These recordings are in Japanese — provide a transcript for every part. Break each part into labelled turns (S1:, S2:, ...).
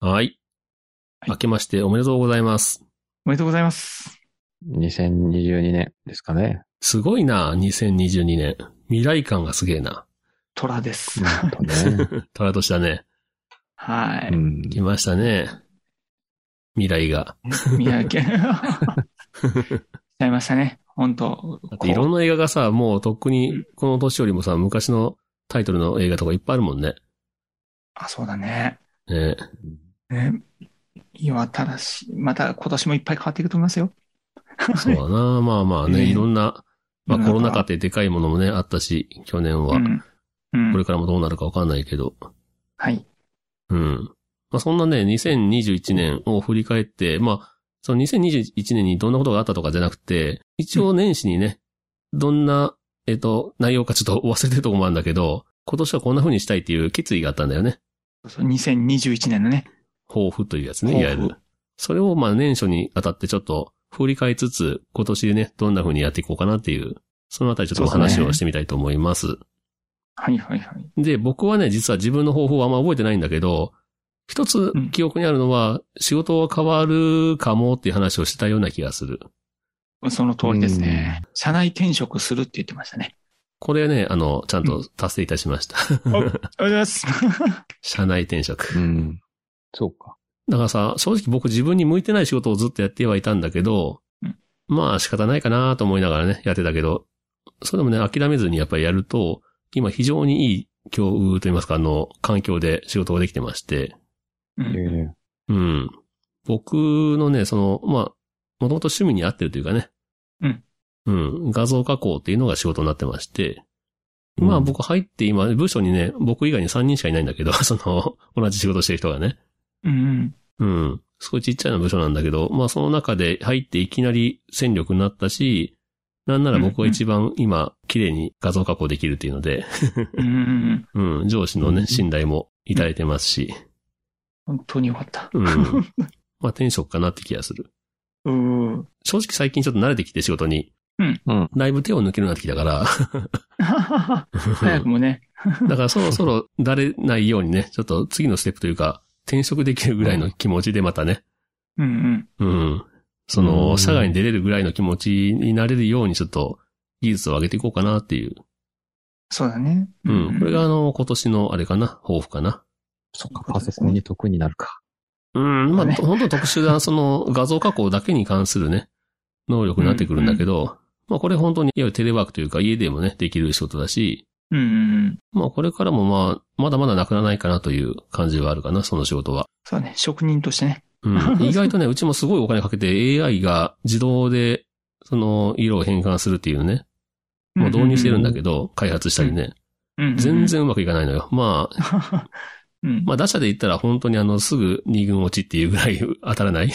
S1: はい。
S2: はい
S1: 明けましておめでとうございます。
S2: おめでとうございます。
S3: 2022年です かね。
S1: すごいな、2022年。未来感がすげえな。
S2: トラです。
S3: なんとね。
S1: トラ年だね。
S2: は
S3: う
S2: い。
S3: ん。
S1: 来ましたね。未来が。
S2: 宮城県。ちゃいましたね。本当
S1: だっていろん
S2: な。
S1: な映画がさ、もうとっくにこの年よりもさ、昔のタイトルの映画とかいっぱいあるもんね。
S2: あ、そうだね。
S1: ね
S2: ね。今新しい。また今年もいっぱい変わっていくと思いますよ。
S1: そうだな。まあまあね、
S2: うん
S1: いろんな、まあ
S2: うん
S1: コロナ禍ってでかいものもね、あったし、去年は
S2: う。ん。うん
S1: これからもどうなるかわかんないけど。
S2: はい。
S1: うん。まあ、そんなね、2021年を振り返って、まあ、その2021年にどんなことがあったとかじゃなくて、一応年始にね、どんな、えっ、と、内容かちょっと忘れてるとこもあるんだけど、今年はこんな風にしたいっていう決意があったんだよね。
S2: そう2021年のね。
S1: 抱負というやつね、いわ
S2: 抱
S1: ゆ
S2: 負
S1: る。それをまあ年初にあたってちょっと振り返りつつ、今年でね、どんな風にやっていこうかなっていう、そのあたりちょっとお話
S2: そうです
S1: を
S2: ね
S1: してみたいと思います。
S2: はいはいはい。
S1: で、僕はね、実は自分の方法はあんま覚えてないんだけど、一つ
S2: うん
S1: 記憶にあるのは、仕事は変わるかもっていう話をしてたような気がする。
S2: その通りですね。社内転職するって言ってましたね。
S1: これね、あの、ちゃんと達成いたしました。
S2: おはようございます。
S1: 社内転職
S3: う。ん。そうか。
S1: だからさ、正直僕自分に向いてない仕事をずっとやってはいたんだけど
S2: うん、
S1: まあ仕方ないかなと思いながらね、やってたけど、それでもね、諦めずにやっぱりやると、今非常にいい境遇といいますか、あの、環境で仕事ができてまして、
S2: うん
S3: ええ
S1: うん。僕のね、その、まあ、もともと趣味に合ってるというかね。
S2: うん。
S1: うん。画像加工っていうのが仕事になってまして。
S3: うん
S1: まあ僕入って今、部署にね、僕以外に3人しかいないんだけど、 その、同じ仕事してる人がね。
S2: うん。
S1: うん。すごいちっちゃな部署なんだけど、まあその中で入っていきなり戦力になったし、なんなら僕は一番今、綺麗に画像加工できるっていうので、
S2: うん。
S1: うん、上司の
S3: う
S1: ね、
S3: ん
S1: 信頼もいただいてますし、
S2: 本当によかった。
S1: うん。まあ転職かなって気がする。
S2: うん。うん。
S1: 正直最近ちょっと慣れてきて仕事に。
S3: うん。
S1: だいぶ手を抜けるようになってきた から。
S2: 早くもね。
S1: だからそろそろだれないようにね、ちょっと次のステップというか、転職できるぐらいの気持ちでまたね、
S2: うんう
S1: う
S2: ん。
S1: ん。そうの、
S3: ん
S1: 社外に出れるぐらいの気持ちになれるようにちょっと技術を上げていこうかなっていう。
S2: そうだね。
S1: うん。これがあの、今年のあれかな、抱負かな。
S3: そっか、パソコンに得意になるか。
S1: うん。まあ、
S2: ね
S1: 本当特殊な、その、画像加工だけに関するね、能力になってくるんだけど、まあこれ本当に、いわゆるテレワークというか家でもね、できる仕事だし、
S2: うんうんうん。
S1: まあこれからもまあ、まだまだなくならないかなという感じはあるかな、その仕事は。
S2: そうだね。職人としてね。
S1: うん。意外とね、うちもすごいお金かけて AI が自動で、その、色を変換するっていうね、もう導入してるんだけど、開発したりね、
S2: うんうんうん。
S1: 全然うまくいかないのよ。まあ、
S2: うん。
S1: まあ打者で言ったら本当にあの、すぐ二軍落ちっていうぐらい 当たらない。
S3: へえ。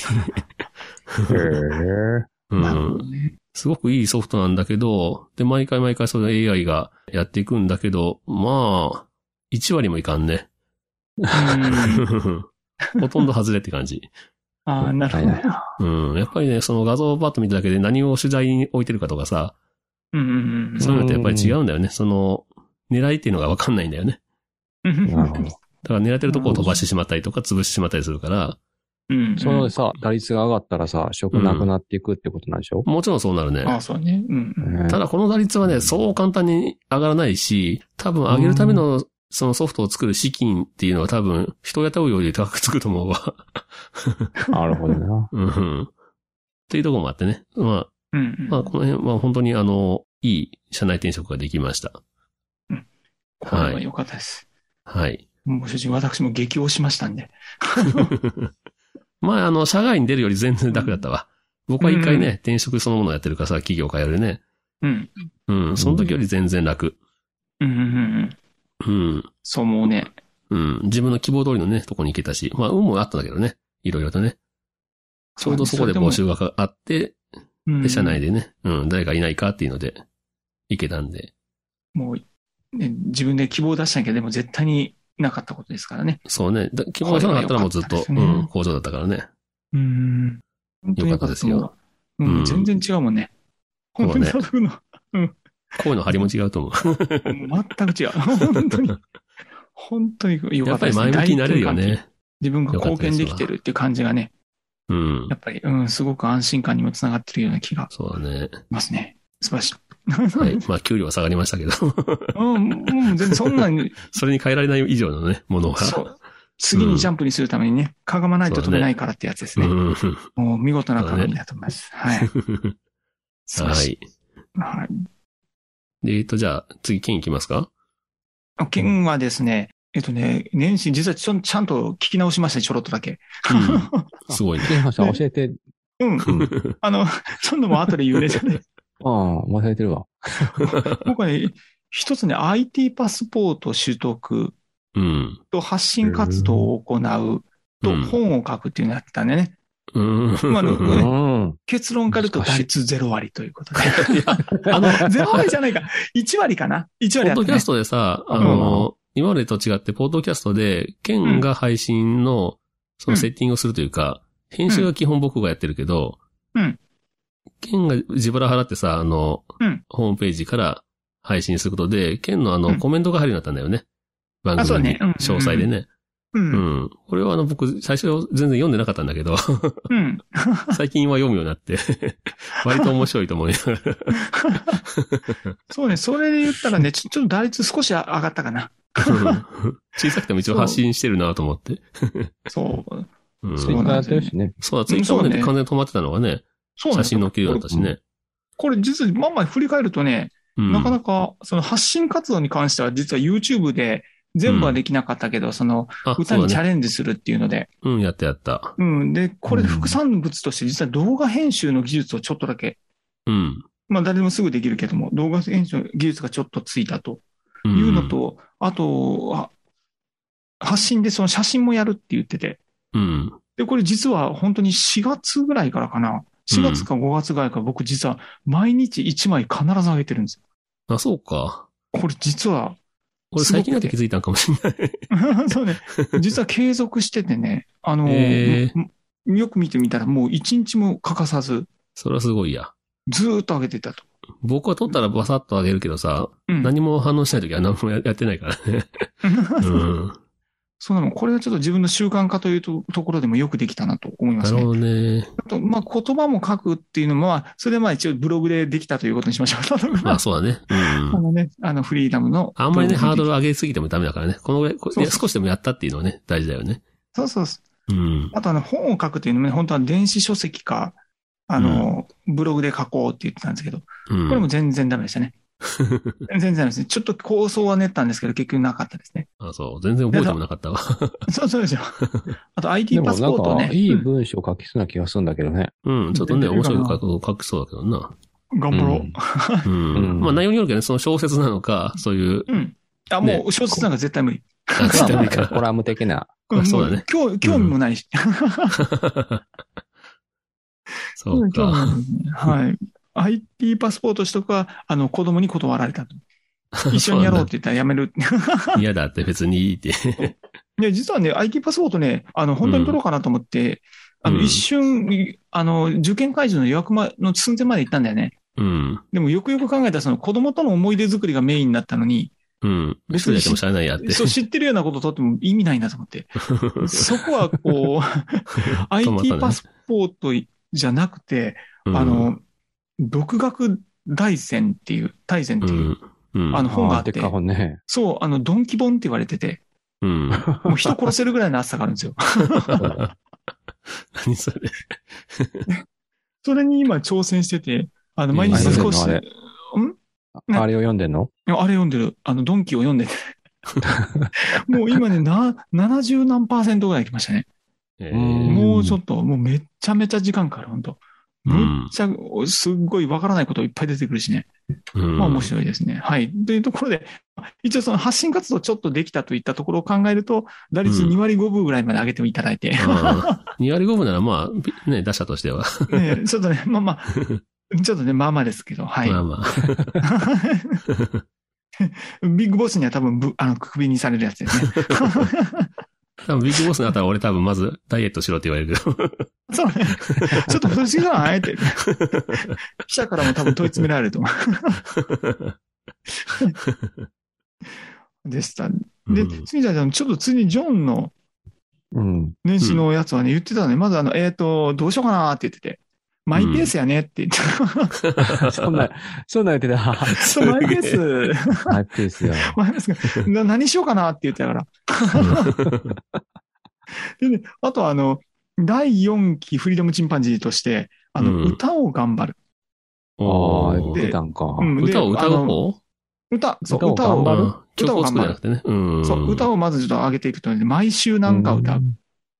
S1: う
S2: なるほ
S1: ん。
S2: どね。
S1: すごくいいソフトなんだけど、で、毎回毎回その AI がやっていくんだけど、まあ、1割もいかんね。
S2: うん
S1: ほとんど外れって感じ。
S2: ああ、なるほどね。
S1: うん。やっぱりね、その画像をパッと見ただけで何を取材に置いてるかとかさ、
S2: うんうん
S1: そういうのってやっぱり違うんだよね。その、狙いっていうのがわかんないんだよね。
S2: うん。
S3: なるほど。
S1: だから狙ってるとこを飛ばしてしまったりとか潰してしまったりするから、
S2: うん。
S3: そのさ、打率が上がったらさ、職なくなっていくってことなんでしょ、
S1: もちろんそうなる
S2: あ
S1: ね。
S2: あ、そうね。うんう
S3: う
S2: ん。
S3: ん
S1: ただこの打率はね、そう簡単に上がらないし、多分上げるためのそのソフトを作る資金っていうのは多分人を雇うより高くつくと思う わ。
S3: なるほどな。
S1: うんうん。っていうところもあってね。まあ、
S2: うん。
S1: まあこの辺は本当にあの、いい社内転職ができました。
S2: これは良かったです。
S1: はい。
S2: もう主人、私も激推しましたんで。
S1: まあ、あの、社外に出るより全然楽だったわ。僕は一回ね、転職そのものやってるからさ、企業変えるね。
S2: うん。
S1: うん、その時より全然楽。
S2: うんうんうんうん。
S1: うん。
S2: そう思うね。
S1: うん、自分の希望通りのね、とこに行けたし、まあ、運もあったんだけどね、いろいろとね。ちょうどそこで募集がかあって、
S2: うん
S1: で、社内でね、うん、誰かいないかっていうので、行けたんで、
S2: もう、ね、自分で希望を出したんやけど、でも絶対になかったことですからね。
S1: そうね、だ希望者なかったらもうずっと、
S2: これは良かったですね
S1: うん、工場だったからね。
S2: うん。本当に良
S1: よ
S2: わ
S1: かっ
S2: うん、
S1: うん
S2: 全然違うもんね。
S1: そう
S2: 本
S1: ね
S2: 当にサブの、
S1: 声の張りも違うと思う。
S2: もう 全く違う。本当に。本当に良か
S1: やっぱ
S2: った
S1: り
S2: ですね。
S1: 前向きになれるよ
S2: 大転換期。
S1: ね。
S2: 自分が貢献できてるっていう感じがね、
S1: うん
S2: や。っぱり、うん、すごく安心感にもつながってるような気が
S1: そうだね。
S2: しますね。素 晴らしい。
S1: はい。まあ、給料は下がりましたけど、
S2: うん、うん、全然そんなに、
S1: それに変えられない以上のね、ものが。
S2: そう。次にジャンプにするためにね、かがまないと飛べないからってやつです
S1: う
S2: ね。
S1: ん。
S2: もう見事な鏡だと思います。 はい。素晴ら
S1: は
S2: し
S1: い
S2: い。。はい。
S1: で、えっと、じゃあ、次、県行きますか
S2: 県はですね、えっとね、年始実はちょんちゃんと聞き直しましたね、ちょろっとだけ。
S1: す ごいね。
S3: ケンハンさん教えて、
S2: うん。
S3: うん。
S2: あの、ちょんのも後で言うね、じゃね。
S3: ああ、忘れてるわ。
S2: 僕はね、一つね、IT パスポート取得
S1: うん。
S2: と発信活動を行う
S1: う
S2: と
S1: ん
S2: 本を書くっていうのをやってたんでね、
S1: うん。
S2: ま あね
S3: う。
S2: うん結論から言うと打率0割ということで。
S1: あ
S2: あ
S1: の
S2: の、、0割じゃないか。1割かな ?1
S1: ポ
S2: 割
S1: ッ
S2: あ
S1: ド
S2: っ
S1: キ
S2: た
S1: ャ
S2: ね
S1: ス。トでさ、あの、今までと違って、ポッドキャストで、県が配信の、そのセッティングをするというか、編集は基本僕がやってるけど、
S2: うん。
S1: 県が自腹払ってさ、あの
S2: うん、
S1: ホームページから配信することで、県のあ
S2: う
S1: の、
S2: ん
S1: コメントが入るようになったんだよね。番
S2: あそう
S1: 組に
S2: ねうんうんうん
S1: 詳細でね。
S2: う。
S1: うんん。これはあの、僕、最初全然読んでなかったんだ けど、
S2: うん。
S1: 最近は読むようにな って、割と面白いと思うよ。
S2: そうね、それで言ったらね、ちょちょっと打率少し上がったかな。
S1: 小さくても一応発信してるなと思って。
S2: そう。
S1: うん
S2: そ
S3: ツイ
S2: うな
S3: ッ
S2: ん
S3: ター
S2: で
S3: やっ
S2: す
S3: て
S2: よ
S3: る
S2: ね
S3: しね。
S1: そうだ、ツイッターもね、
S2: そうね
S1: 完全に止まってたのがね、
S2: そうな
S1: 写
S2: んです
S1: 真
S2: よ
S1: 載っけるようになったしね。
S2: これ実は、まあまあ振り返るとね、
S1: うん
S2: なかなか、その発信活動に関しては実は YouTube で全部はできなかったけど、その
S1: あそ
S2: 歌
S1: う
S2: にチ
S1: だ
S2: ャ
S1: ね。
S2: レンジするっていうので、
S1: うん、やったやった。
S2: うん。で、これ副産物として実は動画編集の技術をちょっとだけ、
S1: うん。
S2: まあ誰でもすぐできるけども、動画編集の技術がちょっとついたと
S1: うん
S2: いうの、と、あと、あ発信でその写真もやるって言ってて、
S1: うん。
S2: で、これ実は本当に4月ぐらいからかな。4月か5月ぐらいから僕実は毎日1枚必ず上げてるんですよ。
S1: あ、そうか。
S2: これ実は、
S1: 俺最近になって気づいたんかもしれない。
S2: そうね。実は継続しててね、あの、
S1: へ
S2: んよく見てみたらもう一日も欠かさず、
S1: それはすごいや。
S2: ずーっと上げてたと。
S1: 僕は撮ったらバサッとあげるけどさ、
S2: うん。
S1: 何も反応しないときは何もややってないから ね。うん。
S2: そうなの。これはちょっと自分の習慣化というとところでもよくできたなと思いま
S1: な
S2: す
S1: る
S2: ね。
S1: ほどね。
S2: あと、まあ、言葉も書くっていうのも、まあ、それはまあ一応ブログでできたということにしましょう。
S1: まあそうだね。うん
S2: あ。のね、あの、フリーダムの。
S1: あんまりね、ハードル
S2: ル。
S1: 上げすぎてもダメだからね。このぐらい、こ
S2: そう
S1: いや少しでもやったっていうのはね、大事だよね。
S2: そうそうそう。
S1: うん。
S2: あとあの本を書くというのもね、本当は電子書籍か、あの、ブログで書こうって言ってたんですけど、こ
S1: うん。
S2: れも全然ダメ でしたね。全然ダメですね。ちょっと構想は練ったんですけど、結局なかったですね。
S1: あ、そう。全然覚えてもなかったわ。
S2: そうそうですよ。あと IT
S3: で
S2: パ
S3: も
S2: ス
S3: な
S2: ポート
S3: ん
S2: ね
S3: か、。いい
S2: うん
S3: 文章書きそうな気がするんだけどね。
S1: うん。ちょっとね、
S2: 出て
S1: 面
S2: るか
S1: 白
S2: ない
S1: こと書きそうだけどな。
S2: 頑張ろう。
S1: う。
S3: うんん
S1: まあ内容によるけどね、その小説なのか、そういう、
S2: うん。あ、
S1: ね
S2: もう小説なんか絶対無理。
S1: あ
S3: まあま
S1: 伝え
S3: あ
S1: か
S3: コラム的な。
S1: あそうだね
S2: も興興味もないし。
S1: ら。そう
S2: 興
S1: か。
S2: 味もないはい。IT パスポート取得は、あの、子供に断ら れたと。一緒にやろうって言ったらやめる。
S1: 嫌だって別にいいって。
S2: ね、実はね、IT パスポートね、あの、本当に取ろうかなと思って、あ
S1: う
S2: の、
S1: ん
S2: 一瞬、あの、受験会場の予約ま、の寸前まで行ったんだよね。
S1: うん。
S2: でもよくよく考えたら、その子供との思い出作りがメインになったのに、
S1: うん。別にやってもしゃあないやって。
S2: そう知ってるようなこと取っても意味ないなと思って。そこ はこう、
S1: 止まった
S2: IT
S1: ね
S2: パスポートじゃなくて、
S1: うん
S2: あ、の、独学大全っていう、大全っ
S1: う
S2: ていう、
S1: ん。うん。
S2: あの本があ
S3: あ
S2: っ
S3: ーで
S2: て
S3: っ、かい本ね。
S2: そう、あの、ドンキ本って言われてて、
S1: うん。
S2: もう人殺せるぐらいの厚さがある んですよ。
S1: 何それ。
S2: それに今挑戦してて、あの、
S1: いいね
S2: 毎日少し、
S3: あれあれを読んでんの
S2: いやあれ読んでる。あの、ドンキを読ん でて。もう今ね、な、70何パーセントぐらい来ましたね。
S1: え
S3: うん
S1: ー
S2: もうちょっと、もうめっちゃめちゃ時間かかる、ほんと。
S1: う
S2: む
S1: ん
S2: っちゃ、すっごいわからないこといっぱい出てくるしね。
S1: うん
S2: まあ面白いですね。はい。というところで、一応その発信活動ちょっとできたといったところを考えると、打率
S1: うん
S2: 2割5分ぐらいまで上げていただい て、
S1: ああ2割5分ならまあ、ぴね、打者としては。
S2: ね ちょっとね、まあまあ、ちょっとね、まあまあですけど、はい。
S1: まあまあ。
S2: ビッグボスには多分ぶ、あの、首にされるやつですね。
S1: 多分ビッグボスになったら俺多分まずダイエットしろって言われるけど。
S2: そうね。ちょっと不思議だな、あえて。記者からも多分問い詰められると思う。でした。 で、
S1: うん
S2: 次じゃん、ちょっと次にジョンの
S3: うん。
S2: 年始のやつはね、言ってたね。まずあの、えっ、と、どうしようかなって言ってて。マイペースやねって言って、
S3: そん な、そんな言ってた。
S2: そうマイペ
S1: すげえ
S2: ース、
S3: ハイペースや。
S2: マイペースが、な何しようかなって言ってたから。でね、あとはあの、第4期フリーダムチンパンジーとして、あの、
S1: うん
S2: 歌を頑張る。
S3: ああ、
S1: お
S3: 言っ
S1: ー
S3: てたんか。
S2: うんで
S1: 歌を歌う
S2: あの
S1: 方
S2: 歌、そう、
S3: 歌
S2: 歌
S3: を
S2: を
S3: 頑張る
S1: うん曲を作るんじゃなくてね。うん。
S2: そう、歌
S1: を。
S2: をまずちょっと上げていくとね、毎週なんか歌う。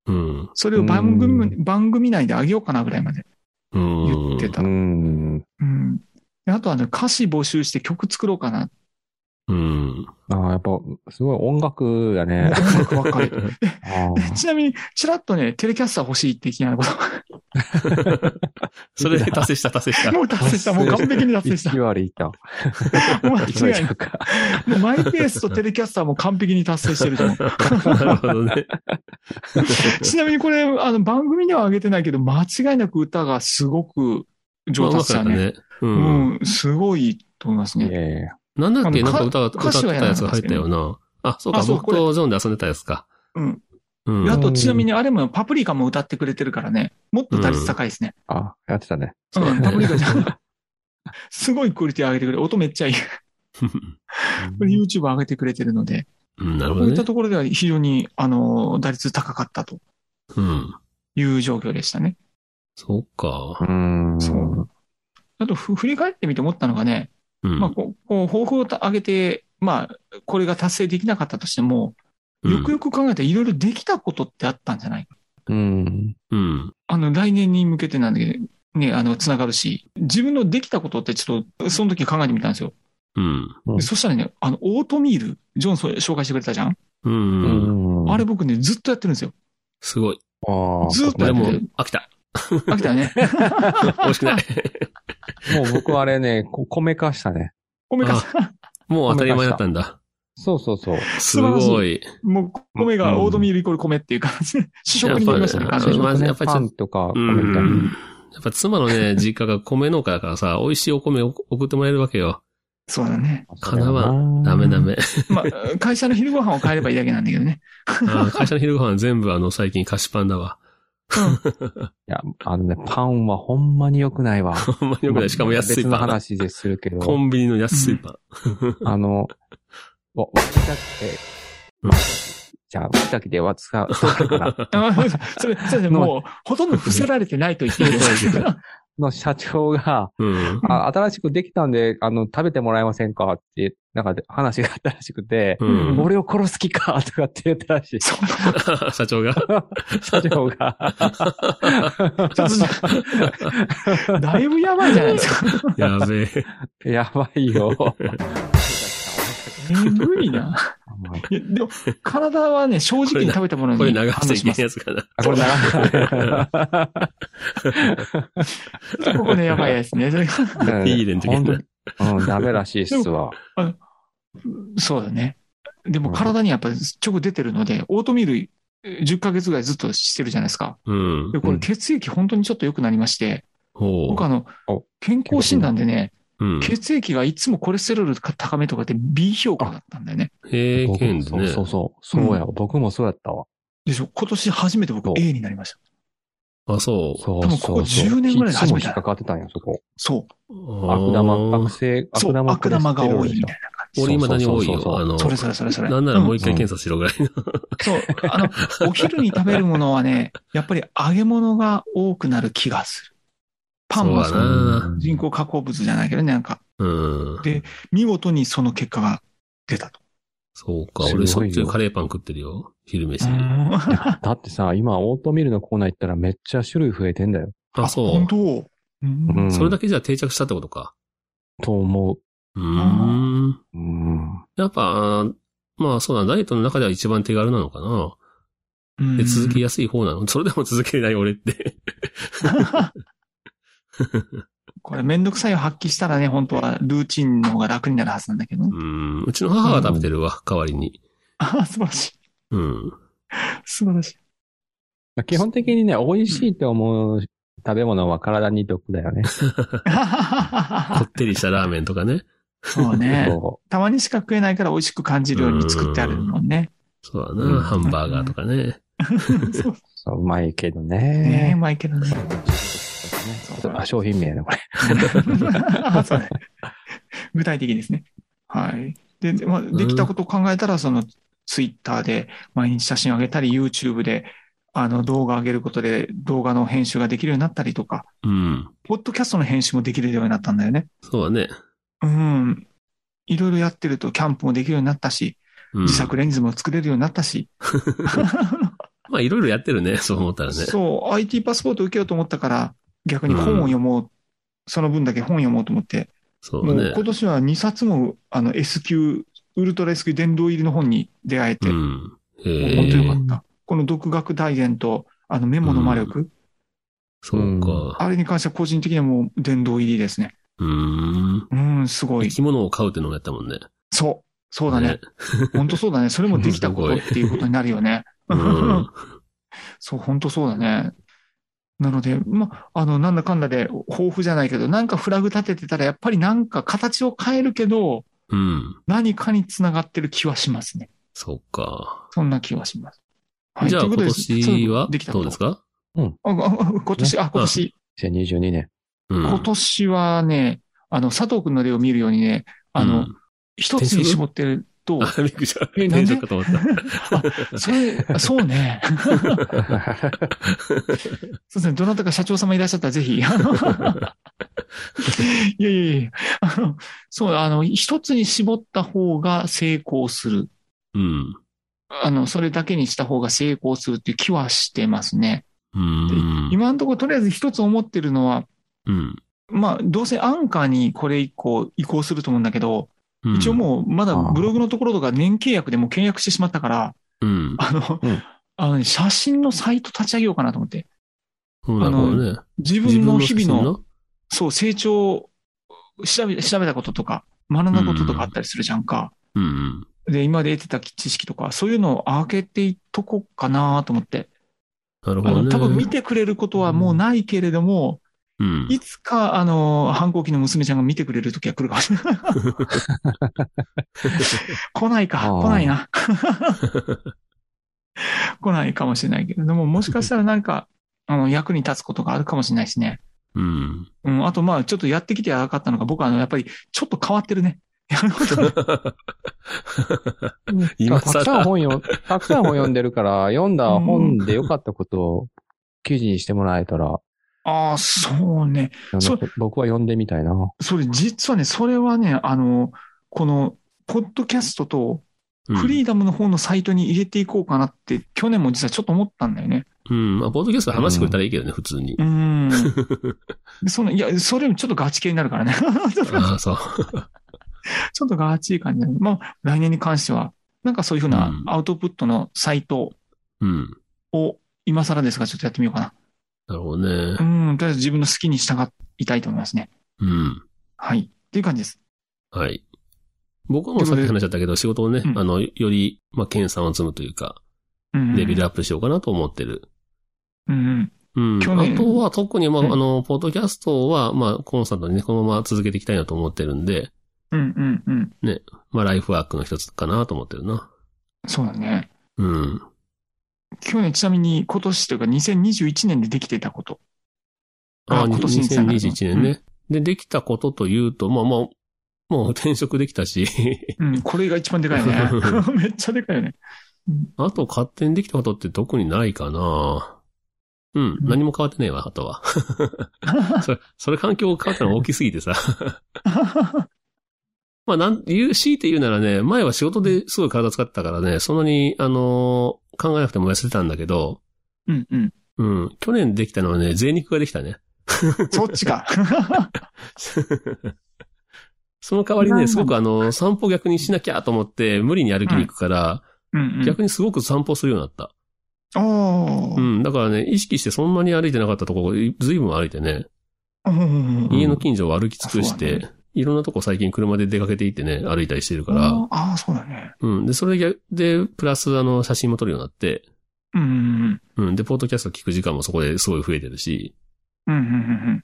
S1: うん。
S2: それを番組、
S3: う
S2: 番組内で上げようかなぐらいまで
S1: うん
S2: 言ってた。
S3: う
S2: うん。
S3: ん。
S2: であとはね、歌詞募集して曲作ろうかな。
S1: うん。
S3: ああ、やっぱ、すごい音楽やね。
S2: 音楽ばっかり。
S3: あ
S2: でちなみに、ちらっとね、テレキャスター欲しいって的なこと。
S1: それで達成した、達成した。
S2: もう達成した。もう完璧に
S3: あ、
S2: 達成した
S3: 1 。割いた。
S2: もう間
S3: 1割
S2: 違い
S3: ち
S2: な
S3: ゃ
S2: いう
S3: か。
S2: もうマイペースとテレキャスターも完璧に達成してると 思う。
S1: なるほどね。
S2: ちなみにこれ、あの、番組には上げてないけど、間違いなく歌がすごく 上達したね。
S1: まあうまくなった
S2: う
S1: うん。
S2: ん、すごいと思います
S3: い
S2: ね。
S3: やいやいや
S1: なんだっけ
S2: あ
S1: なん
S2: の
S1: か
S2: か
S1: 歌、歌
S2: 歌
S1: って
S2: 詞
S1: た
S2: はやら
S1: や
S2: な
S1: つ
S2: か
S1: が入
S2: ったです
S1: っ
S2: け
S1: たよ
S2: ど
S1: な。あ、そうか、
S2: あそう
S1: 僕とジョンで遊んでたやつか。
S2: うん。
S1: うん。
S2: あと、ちなみにあれもパプリカも歌ってくれてるからね、もっと打率高いですね。
S3: あ、やってたね。
S2: う、
S1: うんん
S2: パプリカちゃん。 すごいクオリティ上げてくれる。音め っちゃいい。これ YouTube 上げてくれてるので、
S1: うんなるほ
S2: こ
S1: ど
S2: ういった
S1: ね。
S2: ところでは非常に、あの、打率高かったと
S1: うん。
S2: いう状況でしたね。
S1: そうか。
S3: うん。
S2: そうあと、ふ振り返ってみて思ったのがね、
S1: うん
S2: まあ、こう、こう抱負をた上げて、まあ、これが達成できなかったとしても、よくよく考えたらいろいろできたことってあったんじゃないか。
S3: うん。
S1: うん。
S2: あの、来年に向けてなんだけど、ね、あの、つながるし、自分のできたことってちょっと、その時考えてみたんですよ。
S1: うん。
S3: うん
S2: そしたらね、あの、オートミール、ジョンそう紹介してくれたじゃん、
S1: う。
S3: うん
S1: うん。
S3: ん。
S2: あれ僕ね、ずっとやってるんですよ。
S1: すごい。
S3: ああ、
S2: ずっと
S1: で
S2: やって
S1: も
S2: る、
S1: 飽きた。
S2: 飽きたよね。
S1: 美味しくない。
S3: もう僕あれね、こ米化したね。
S2: 米が、
S1: もう当たり前だったんだ。
S3: そうそうそう。
S1: すごい。
S2: もう米がオートミールイコール米っていう感じで、主食になりましたね、
S1: やっぱり
S2: 完全に。
S1: まあやっぱりちょっと
S3: パンとか
S1: う
S3: 米みたい
S1: ん。やっぱ妻のね、実家が米農家だからさ、美味しいお米を送ってもらえるわけよ。
S2: そうだね。
S1: 叶わダメダ。メ。
S2: まあ、会社の昼ご飯を変えればいいだけなんだけど ね。
S1: あー会社の昼ご飯全部あの、最近菓子パンだわ。
S3: いや、あのね、パンはほんまに良くないわ。
S1: ほんまによくない。しかも安い
S3: 別の
S1: パン。
S3: 話でするけど。
S1: コンビニの安いパン。
S3: あの、わ割りたくて
S1: うん、
S3: じゃあ、割りたくては使う、使ったから、
S2: あ それ、それでもう、ほとんど伏せられてないと言っていいですけど。
S3: の社長 が、
S1: うん。
S3: あ、新しくできたんで、あの、食べてもらえませんかって、なんかで話があったらしくて、
S1: うん。
S3: 俺を殺す気かとかって言った らしい。
S2: そ
S1: 社長が。
S3: 社長が。
S2: ちょっと、だいぶやばいじゃないです か。
S1: やべえ。
S3: やばい よ。
S2: えぐいな。いやでも、体はね、正直に食べたもの
S1: これ
S2: に
S1: 流して
S2: 反応
S1: い
S2: し
S1: け
S2: ま
S1: ん
S2: す。
S1: やつかな。
S3: あこれな
S2: ここね、やばいやつね。それが
S1: いい連中
S3: ほんとうん、ダメらしいっすわ。
S2: そうだね。でも体にやっぱ直出てるので、オートミールえー10ヶ月ぐらいずっとしてるじゃないですか。
S1: うん
S2: で、。こ
S3: う
S2: れ
S3: ん
S2: 血液本当にちょっと良くなりまして、
S1: ほ
S2: 僕あの
S3: お、
S2: 健康診断でね、
S1: う。うん。
S2: 血液がいつもコレステロールが高めとかって B 評価だったんだよね。
S1: 平均で
S3: そう
S1: ね
S3: そ。うそう。そうやわ、僕もそうやったわ。
S2: でしょ今年初めて僕
S3: そう
S2: A になりました。
S1: あ、そう。
S3: そう
S2: 多分
S3: そう
S2: こ
S3: そう。
S2: こ10年ぐらいで初めて
S3: いつも引っかかってたんや、そこ。
S2: そう。
S3: 悪玉、悪性、
S2: そう、悪玉が多いみた
S3: い
S2: いな感
S1: 俺未だに多いよ。あの
S2: じ。、それそれそれそれ。
S1: なんならもう
S2: うん
S1: 一回検査しろぐらいの。
S2: そう。あの、お昼に食べるものはね、 やっぱり揚げ物が多くなる気がする。パンも
S1: そう
S2: そ
S1: だ
S2: う。
S1: な。
S2: 人工加工物じゃないけどね、なんか。
S1: うん。
S2: で、見事にその結果が出たと。
S1: そうか。
S3: すごいよ
S1: 俺しょっちゅうカレーパン食ってるよ。昼飯。
S3: だってさ、今、オートミールのコーナー行ったらめっちゃ種類増えてんだよ。
S1: あ、そ
S2: 本
S1: う。
S2: 当、うん
S3: うん
S1: それだけじゃ定着したってことか。
S3: と思う。
S1: うーん。
S3: うん。
S1: やっぱ、あーまあそうだな、ダイエットの中では一番手軽なのかな。
S2: うん
S1: で、続けやすい方なの。 それでも続けれない俺って。
S2: これめんどくさいを発揮したらね、本当はルーチンの方が楽になるはずなんだけどね
S1: う。ん。うちの母が食べてるわ、代わりに。
S2: ああ、素晴らしい。
S1: うん。
S2: 素晴 らしい。
S3: まあ基本的にね、美味しいって思う食べ物は体に毒だよね。
S1: こってりしたラーメンとかね。
S2: そうね。
S3: そ
S2: たまにしか食えないから美味しく感じるように作ってあるもんね。
S1: そうだ
S3: うん
S1: な、ハンバーガーとかね。
S2: そう
S3: うそう、うまいけど
S2: ねえ、う
S3: ね。
S2: まいけどね。
S3: そうあ、商品名ね、これ。
S2: そうね具体的ですね。はい。で、でまあ、できたことを考えたら、その、ツイッターで毎日写真を上げたり、YouTube で、あの、動画を上げることで動画の編集ができるようになったりとか、
S1: うん。
S2: ポッドキャストの編集もできるようになったんだよね。
S1: そうだね。
S2: うん。いろいろやってると、キャンプもできるようになったし、
S1: うん。
S2: 自作レンズも作れるようになったし、
S1: まあいろいろやってるね、そう思ったらね。
S2: そう、IT パスポート受けようと思ったから、逆に本を読もう、その分だけ本読もうと思って、
S1: そう
S2: も
S1: だ
S2: う
S1: ね
S2: 今。年は2冊もあの S 級、ウルトラ S 級殿堂入りの本に出会えて、
S1: う。
S2: もうん
S1: へえ
S2: 本当よかった。この独学大全と、あのメモの魔力、
S1: そうか。
S2: あれに関しては個人的にはもう殿堂入りですね。
S1: うーん。
S2: うん、すご
S1: 生
S2: い。
S1: き物を飼うってのもやったもんね。
S2: そう。そう だね。。本当そうだね。それもできたことっていうことになるよね。
S1: うん。
S2: そう、本当そうだね。なので、ま、あの、なんだかんだで、豊富じゃないけど、なんかフラグ立ててたら、やっぱりなんか形を変えるけど、
S1: うん。
S2: 何かにつながってる気はしますね。
S1: そうか。
S2: そんな気はします。はい
S1: じゃあ
S2: という
S1: 今
S2: ことで
S1: 年
S2: そ
S1: は
S2: できた
S1: どうです
S2: か
S1: か
S2: ああ今年、あ、今年、
S3: 2022年。
S1: うん。
S2: 今年はね、あの、佐藤くんの例を見るようにね、あ
S1: う
S2: の
S1: ん、、
S2: 一つに絞ってると、
S1: あ、びっくりした。
S2: えなんで
S1: 転職かと思った。
S2: それ、あそうね。 そうですね。どなたか社長様いらっしゃったら ぜひ。あのいやいやいや。あの、そう、あの、一つに絞った方が成功する。
S1: うん。
S2: あの、それだけにした方が成功するっていう気はしてますね。
S1: うん。
S2: 今のところとりあえず一つ思ってるのは、
S1: うん。
S2: まあ、どうせアンカーにこれ以降移行すると思うんだけど、
S1: うん
S2: 一応もうまだブログのところとか年契約でもう契約してしまったから、
S1: うん。
S2: あの、
S3: うん
S2: あのね写真のサイト立ち上げようかなと思って。
S1: そうだ
S2: あの
S1: これね。
S2: 自分の日々の
S1: 自分
S2: そう、成長を調べ、調べたこととか、学んだこととかあったりするじゃんか。
S1: のうん。
S2: で、今まで得てた知識とか、そういうのを開けていっとこうかなと思って。
S1: なるほ
S2: あ
S1: ど
S2: の、
S1: ね。
S2: 多分見てくれることはもうないけれども、
S1: うん。
S2: いつか、あの、反抗期の娘ちゃんが見てくれる時は来るかもしれない。 来ないか、
S3: あー
S2: 来ないな。来ないかもしれないけれども、もしかしたらなんか、あの、役に立つことがあるかもしれないしね。
S1: うん。
S2: うん、あとまあ、ちょっとやってきてやらかったのが、僕はあの、やっぱり、ちょっと変わってるね。やること が
S1: 今
S3: たくさ
S1: 更
S3: ん本読ん、たくさん本読んでるから、読んだ本で良かったことを記事にしてもらえたら、
S2: ああ、そうね。そう
S3: 僕は読んでみたいな。
S2: それ、実はね、それはね、あの、この、ポッドキャストと、フリーダムの方のサイトに入れていこうかなって、去年も実はちょっと思ったんだよね。
S1: うん。うんまあ、ポートキャストで話してくれたらいいけどね、普通に
S2: う。ん。その、いや、それよりちょっとガチ系になるからね。 ちょっと
S1: ああ、そう。
S2: ちょっとガチい感じだねまあ、来年に関しては、なんかそういうふうな
S1: うん
S2: アウトプットのサイト
S1: うん。
S2: を、今更ですが、ちょっとやってみようかな。
S1: なるほどね
S2: う。ん、とりあえず自分の好きに従いたいと思いますね。
S1: うん。
S2: はい。っていう感じです。
S1: はい。僕もさっき話しちゃったけど、仕事をね
S2: う、ん
S1: あの、より、まあ、研鑽を積むというか、
S2: うんうん
S1: レベルアップしようかなと思ってる。
S2: うんうん。
S1: うん。
S2: 去年
S1: あとは特に、まあ、
S2: うん
S1: あの、ポッドキャストは、まあ、コンスタントにね、このまま続けていきたいなと思ってるんで、
S2: うんうんうん。
S1: まあ、ライフワークの一つかなと思ってるな。
S2: そうだね。
S1: うん。
S2: 去年ちなみに今年というか2021年でできていたこと。あ
S1: あ、
S2: 今年につながる
S1: 2021年ね。で、できたことというと、まあ、もう、もう転職できたし、
S2: うん、これが一番でか いね。 めっちゃでかいよね。
S1: あと勝手にできたことって特にないかなうん、何も変わってねえわ、あと は。それ、それ環境変わったの大きすぎてさ。 まあ、なん、言う、強いて言うならね、前は仕事ですごい体使ってたからね、そんなに、あのー考えなくても痩せてたんだけど、
S2: うんうん。
S1: うん、去年でき たのはね、贅肉ができたね。
S2: そっちか。
S1: その代わり
S2: なん
S1: ね、
S2: だ
S1: すごくあの、散歩逆にしなきゃと思って、無理に歩きに行くから、
S2: うんうん。
S1: 逆にすごく散歩するようになった。
S2: ああ
S1: う。ん、だからね、意識してそんなに歩いてなかったところ、ずいぶん歩いてね、
S2: うんうんうん
S1: 家の近所を歩き尽くし
S2: あそう
S1: て
S2: だ、
S1: いろんなとこ最近車で出かけていってね、歩いたりしてるか
S2: あ
S1: ら、
S2: ーあー、そうだね。
S1: うん、で、それで、で、プラスあの、写真も撮るようになって、
S2: うんうん
S1: うん、で、ポッドキャスト聞く時間もそこですごい増えてるし、
S2: うん。うんうん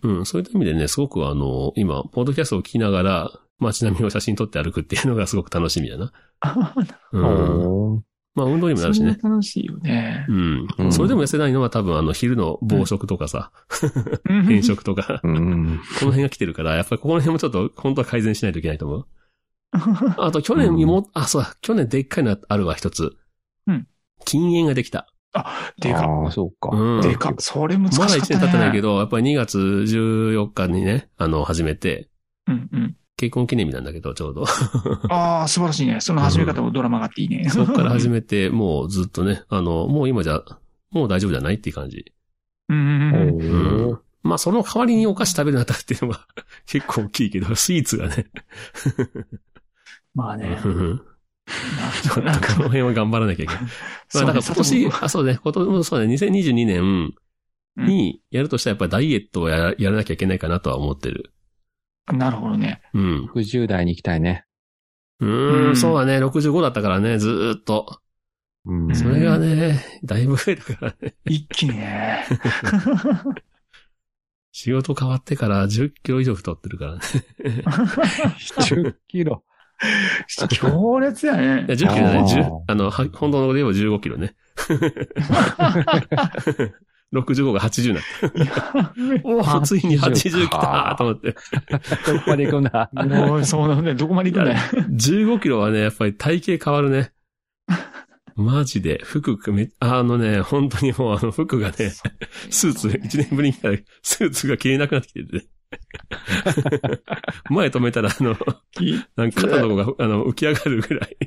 S2: うん
S1: うん、そういった意味でね、すごくあの、今、ポッドキャストを聞きながら、街並みを写真撮って歩くっていうのがすごく楽しみだな。
S2: あ ー
S1: うん。まあ、運動にもなるしね。
S2: それ楽しいよ ね。
S1: うん
S3: う。ん
S1: それでも痩せないのは多分あの、昼の暴食とかさ、偏食とか、
S3: うん。
S1: この辺が来てるから、やっぱりここの辺もちょっと、本当は改善しないといけないと思う。
S2: あ
S1: あと、去年も、あ、そうだ、去年でっかいのあるわ、一つ。
S2: うん。
S1: 禁煙ができた。
S2: でか。
S3: ああ、そうか。
S1: うん。
S2: でか。それ難し
S1: ま
S2: かっ
S1: だ1
S2: た、ね。
S1: 年経ってないけど、やっぱり2月14日にね、あの、始めて、
S2: うんうん。
S1: 結婚記念日なんだけど、ちょう ど。
S2: ああ、素晴らしいね。その始め方もドラマがあっていいね。
S1: そこから始めて、もうずっとね、あの、もう今じゃ、もう大丈夫じゃないっていう感じ。
S2: うんうんうん。
S1: う
S3: おー
S1: ん。まあ、その代わりにお菓子食べるなったっていうのが 結構大きいけど、スイーツが ね。
S2: まあね。
S1: うんちょっとこ
S2: なんか
S1: の、辺は頑張らなきゃいけない。ま
S2: そ
S1: あ、
S2: う
S1: だ
S2: ね
S1: から今年、あ、そうね、今年、そうね、2022年にやるとしたらやっぱりダイエットをやらやらなきゃいけないかなとは思ってる。
S2: なるほどね。
S1: うん。
S3: 60代に行きたいね。
S1: う
S2: う
S1: ー
S2: ん
S1: ん、そうだね、65だったからね、ずーっと。
S3: うん
S1: それがね、だいぶ増えたからね。
S2: 一気に ね。
S1: 仕事変わってから10キロ以上太ってるからね。
S3: 10キロ。
S2: 強烈やね
S1: いや。10キロじゃない、
S3: あー
S1: 10、あの、は本当ので言えば15キロね。65が80になって。おーついに80来たーと思って。
S3: どこまで行くんだ。
S2: もう、そうなんだね。どこまで行く んだよ。
S1: 15キロはね、やっぱり体型変わる ね。マジで、服くめ、あのね、本当にもうあの服がね、スーツ、1年ぶりに来たら、スーツが着れなくなってきて て。前止めたら、あの、
S2: き
S1: なんか肩のとこが、あの、浮き上がるぐらい。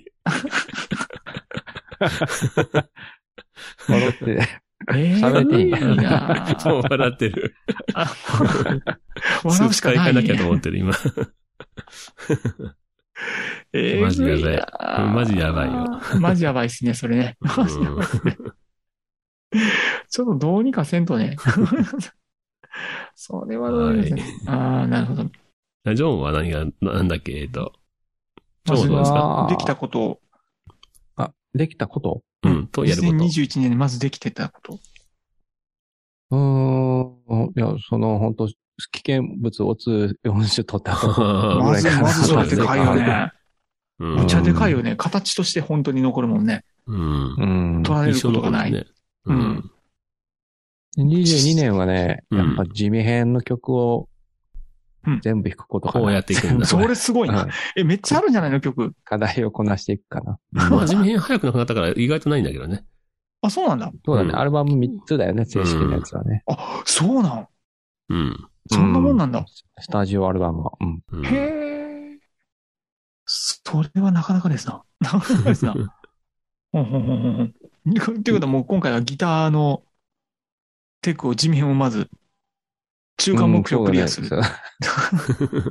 S3: 戻って。
S2: えー
S3: 喋っていい
S2: 無理な
S1: もう笑ってる。
S2: あ
S1: ス
S2: 笑
S1: ー
S2: う
S1: ツ
S2: しか
S1: 買い
S2: な
S1: 替え
S2: い、
S1: なきゃと思って る、今。
S2: え
S1: マジやばい
S2: ぐな
S1: マジやばいよ。
S2: マジやばいっすね、それね。
S1: うん
S2: ちょっとどうにかせんとね。 それはどうにかせんああ、なるほど。
S1: ジョンは何が、なんだっけ、えっと。ジョンは
S2: まず
S1: どうですか
S3: は
S2: できたことを、
S3: あ、できたこと
S1: うん、とやること。
S2: 2021年にまずできてたこと。
S3: うーん。いや、その、本当危険物をつ4種取ったこと。
S2: まず、
S3: ぐらいかな
S2: まずそれでかいよね。
S1: う
S2: めっ
S1: ん
S2: ちゃでかいよね。形として本当に残るもんね。
S1: うん
S3: う。ん。
S2: 取られる
S1: 一
S2: こ
S1: 生
S2: とが
S1: 残る
S2: ない。
S1: ね。うん。
S3: 22年はね、
S1: うん
S3: やっぱ地味編の曲を
S2: うん
S3: 全部弾くことか
S1: こ
S3: な。
S1: うやっていく んだ。
S2: それすごい
S3: うん
S2: な。え、めっちゃあるんじゃないの曲。
S3: 課題をこなしていくかな。
S1: まあ、 地味編早くなくなったから意外とないんだけどね。
S2: あ、そうなんだ。
S3: そうだね。
S1: うん
S3: アルバム3つだよね、正式なやつはね。
S2: あ、そうなん。
S1: うん。
S2: そんなもんなんだ。
S3: スタジオアルバムは。うん。
S1: うん
S2: へえ。それはなかなかですな。なかなかですな。ほんほんほんほんほん。っていうことはもう今回はギターのテクを地味編をまず、中間目標をクリアする。
S3: うんそうだ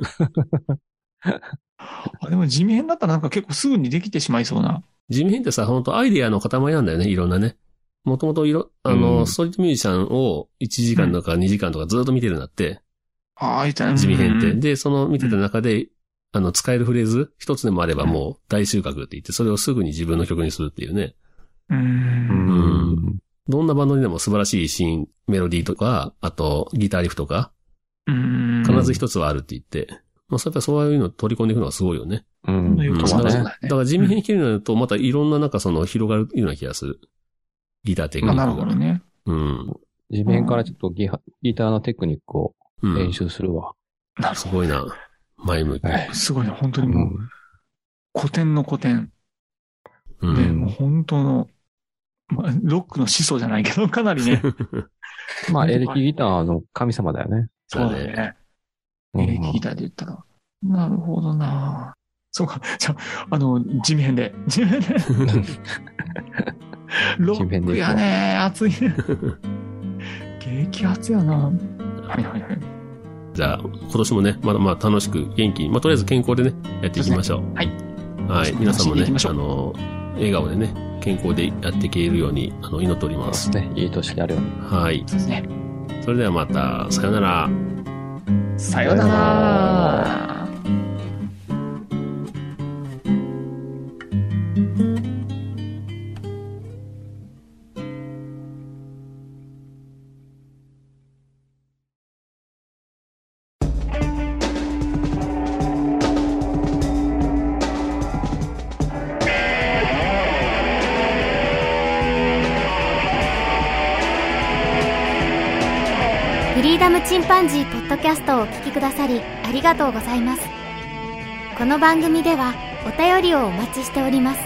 S3: ね
S2: あでも地味編だったらなんか結構すぐにできてしまいそうな。
S1: 地味編ってさ、本当アイデアの塊なんだよね、いろんなね。もともといろ、あの、
S3: うん
S1: ストリートミュージシャンを1時間とか2時間とかずっと見てるんだって、
S2: ああ、いいじゃん。
S1: 地味編っ
S2: う
S1: て。
S2: ん。
S1: で、その見てた中で、あの、使えるフレーズ、一つでもあればもう大収穫って言って、それをすぐに自分の曲にするっていうね。
S2: う。
S3: うんん。
S1: どんなバンドにでも素晴らしいシーン、メロディーとか、あと、ギターリフとか、
S2: うん。
S1: 必ず一つはあるって言って、まあ、そうやっぱりそういうのを取り込んでいくのはすごいよね。
S3: う
S2: 今の言
S3: ん。
S2: う
S1: こ
S2: こと
S3: そう
S2: は
S1: と
S2: そ
S3: だ
S2: う
S3: ね。
S1: だ
S2: だね。
S1: から地味編切るようになると、またいろんななんかその広がるような気がする。ギターテク
S2: あ
S1: ニ
S2: なる
S1: ック
S2: ほ
S1: が
S2: ど。ね。
S1: うん。
S3: 地面からちょっとギハギターのテクニックを
S1: うん。
S3: 練習するわ。
S2: なる
S1: す
S2: ほ
S1: ごいな。前向き。
S3: はい
S2: ど。すごいね。本当
S3: う
S2: にもうん古典の古典。
S1: う
S2: ね、
S1: ん。
S2: もう本当の、まあ、ロックの始祖じゃないけど、かなりね。
S3: まあ、エレキギターの神様だよね。
S1: そうだね。
S3: うん
S2: エレキギターで言ったら。なるほどなそうか。じゃあ、あの、地味編で。地味編で。ロ
S3: 地
S2: ッ
S3: 味編で
S2: ク
S3: いこう
S2: やね熱いね。激熱やなはいはいはい。
S1: じゃあ、今年もね、まだまあ楽しく元気に、まあとりあえず健康でね、やっていきましょう。
S2: はい。
S1: はい。皆さんもね、
S2: 楽しんでいきましょ
S1: あ
S2: う
S1: の、笑顔でね、健康でやっていけるように、あの、祈っておりま
S3: です
S1: す。
S3: ね。いい年になる ように。
S1: はい。
S2: そうですね。
S1: それではまた、さよなら。
S2: さような
S3: さよう
S2: ら。
S4: フリーダムチンパンジーポッドキャストをお聞きくださりありがとうございます。この番組ではお便りをお待ちしております。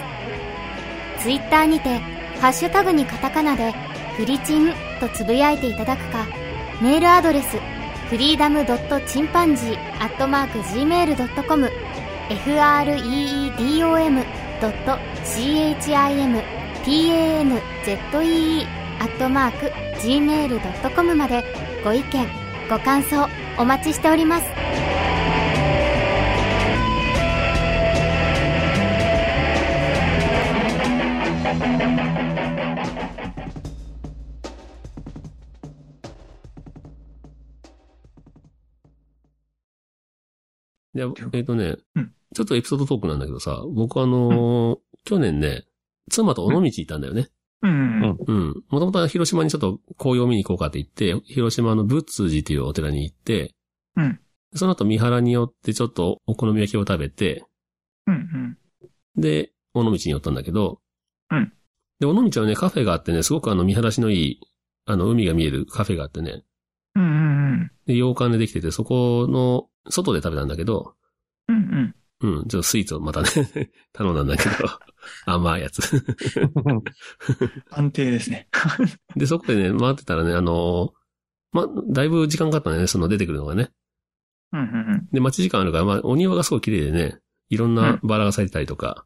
S4: ツイッターにて、ハッシュタグにカタカナで、フリチンとつぶやいていただくか、メールアドレス、フリーダムドットチンパンジーアットマーク Gmail.com、freedom ドット chimpanzee アットマーク gmail.com までご意見、ご感想、お待ちしております。
S1: で、えっ、とね、
S2: うん
S1: ちょっとエピソードトークなんだけどさ、僕あのー去年ね、妻と尾道行ったんだよね。
S2: うん。
S3: うん
S1: うん。もともとは広島にちょっと紅葉を見に行こうかって言って、広島の仏通寺っていうお寺に行って、
S2: うん
S1: その後三原に寄ってちょっとお好み焼きを食べて、
S2: うん。うん。
S1: で、尾道に寄ったんだけど、
S2: うん
S1: で、尾道はね、カフェがあってね、すごくあの見晴らしのいい、あの海が見えるカフェがあってね、
S2: うん。うん。
S1: で、洋館でできてて、そこの外で食べたんだけど、
S2: うん。うん。
S1: うん、ちょっとスイーツをまたね、 頼んだんだけど、 甘いやつ。
S2: 安定ですね。
S1: で、そこでね、回ってたらね、あのーま、だいぶ時間かかったんだよね、その出てくるのがね。
S2: うん。うん。
S1: で、待ち時間あるから、まあ、お庭がすごい綺麗でね、いろんなバラが咲いてたりとか。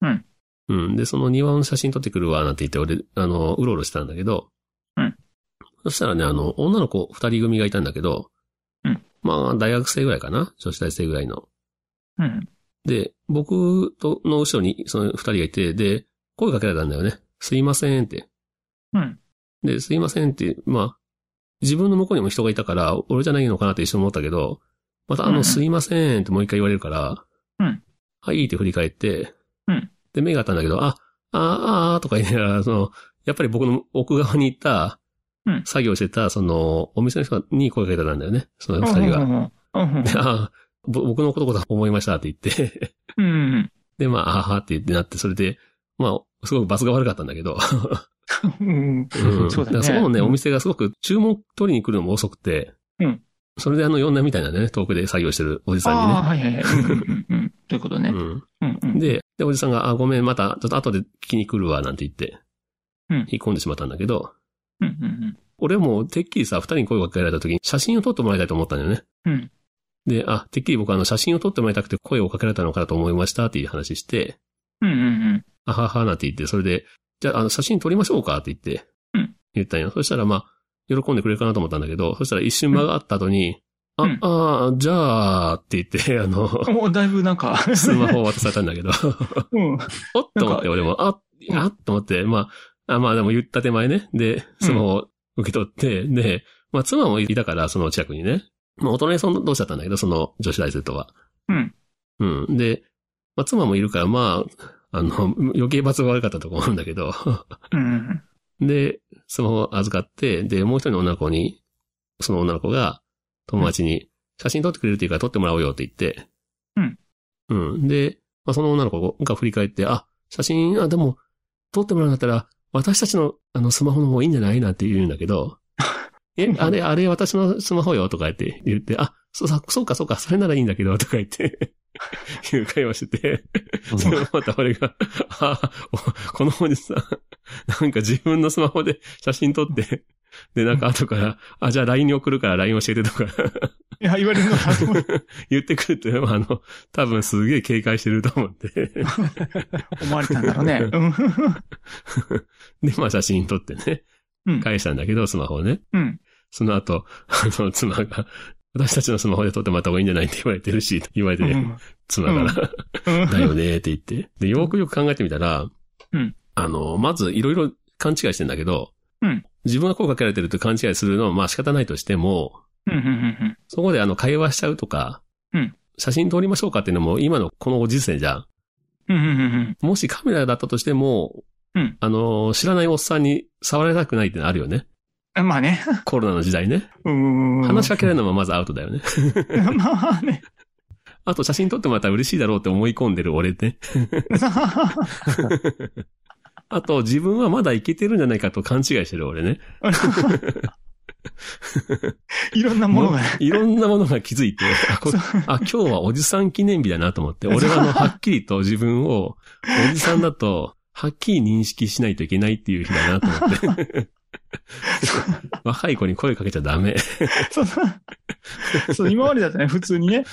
S2: うん。
S1: うん。で、その庭の写真撮ってくるわ、なんて言って、俺、あの、うろうろしてたんだけど。
S2: うん。
S1: そしたらね、あの、女の子二人組がいたんだけど。
S2: うん。
S1: まあ、大学生ぐらいかな女子大生ぐらいの。
S2: うん。うん。
S1: で、僕と、の後ろに、その二人がいて、で、声かけられたんだよね。すいませんって。
S2: うん。
S1: で、すいませんって、まあ、自分の向こうにも人がいたから、俺じゃないのかなって一瞬思ったけど、またあ
S2: うんう
S1: の、
S2: ん
S1: すいませんってもう一回言われるから、
S2: うん。
S1: はいって振り返って、
S2: うん。
S1: で、目があったんだけど、あ、あーあーとか言いながら、その、やっぱり僕の奥側にいた、
S2: うん
S1: 作業してた、その、お店の人に声かけてたんだよね。その二人が。
S2: が。うん
S1: で、あーぼ僕のことだと思いましたって言って、
S2: うん。
S1: で、まあ、あははって言ってなって、それで、まあ、すごくバスが悪かったんだけど。
S2: うん。
S1: うん
S2: そう
S1: か
S2: だね。
S1: らそこのね、
S2: うん
S1: お店がすごく注文取りに来るのも遅くて。
S2: うん
S1: それであの、呼んだみたいなね、遠くで作業してるおじさんに
S2: ああ、
S1: ね。
S2: はいはいはい。うんうんうん。ということね。うんう
S1: うんん。で、で、おじさんが、あ、ごめん、また、ちょっと後で聞きに来るわ、なんて言って、
S2: うん
S1: 引っ込んでしまったんだけど、
S2: うんうん
S1: 俺もうてっきりさ、二人に声をかけられた時に写真を撮ってもらいたいと思ったんだよね。
S2: うん
S1: で、あ、てっきり僕あの、写真を撮ってもらいたくて声をかけられたのかなと思いましたっていう話して、
S2: うん。うんうん
S1: あははなんて言って、それで、じゃあ、あの、写真撮りましょうかって言って、
S2: うん
S1: 言ったんよ。そしたら、まあ、喜んでくれるかなと思ったんだけど、そしたら一瞬間があった後に、
S2: うん
S1: あ、ああ、じゃあ、って言って、あ の、
S2: うん。もうだいぶなんか、
S1: スマホを渡されたんだけど、
S2: うん。
S1: おっと思って、俺も、あ、あっと思って、まあ、あまあでも言った手前ね、で、スマホを受け取って、で、まあ妻もいたから、その近くにね、まあお隣さん同士だったんだけど、その女子大生とは。
S2: うん。
S1: うん。で、まあ妻もいるから、まあ、あの、余計罰が悪かったと思うんだけど、
S2: うん。
S1: で、スマホを預かって、で、もう一人の女の子に、その女の子が、友達に、写真撮ってくれるっていうから撮ってもらおうよって言って。
S2: うん。
S1: うん。で、まあ、その女の子が振り返って、あ、写真、あ、でも、撮ってもらうんだったら、私たちの、あの、スマホの方がいいんじゃないなんて言うんだけ ど、え、あれ、あれ、私のスマホよとか言って、言って、あ、そうさ、そうか、そうか、それならいいんだけど、とか言って、 いう会話してて。それを また俺が、ああ、おこのおじさん、なんか自分のスマホで写真撮って、で、なんか後から、あ、じゃあ LINE に送るから LINE 教えてとか
S2: いや、言われるのかと思って
S1: 言ってくるって、あの、多分すげえ警戒してると思って。
S2: 思われたんだろうね。うん。
S1: で、まあ写真撮ってね
S2: うん、
S1: 返したんだけど、スマホをね。
S2: うん。
S1: その後、あの、妻が、私たちのスマホで撮ってもらった方がいいんじゃないって言われてるし、と言われて
S2: う
S1: ね、
S2: ん
S1: 妻から。
S2: うん
S1: だよねって言 って。で、よくよく考えてみたら、
S2: うん
S1: あの、まずいろいろ勘違いしてんだけど、
S2: うん
S1: 自分が声かけられてると勘違いするのはまあ仕方ないとしても、
S2: うんうんうん
S1: そこであの会話しちゃうとか、
S2: うん
S1: 写真撮りましょうかっていうのも今のこのご時世じゃん。
S2: うんうんうんうん
S1: もしカメラだったとしても、
S2: うん
S1: あの、知らないおっさんに触られたくないってのあるよ ね。
S2: うんまあね。
S1: コロナの時代ね。
S2: うん
S1: 話しかけられるのはまずアウトだよね。
S2: まあね。
S1: あと写真撮ってもらったら嬉しいだろうって思い込んでる俺ね。あと自分はまだいけてるんじゃないかと勘違いしてる俺ね。
S2: いろんなものがね。
S1: いろんなものが気づいて、あ、こ
S2: そう
S1: あ今日はおじさん記念日だなと思って、俺はあの、はっきりと自分を、おじさんだと、はっきり認識しないといけないっていう日だなと思って。 若い子に声かけちゃダメ。
S2: そのそう今までだとね、普通にね、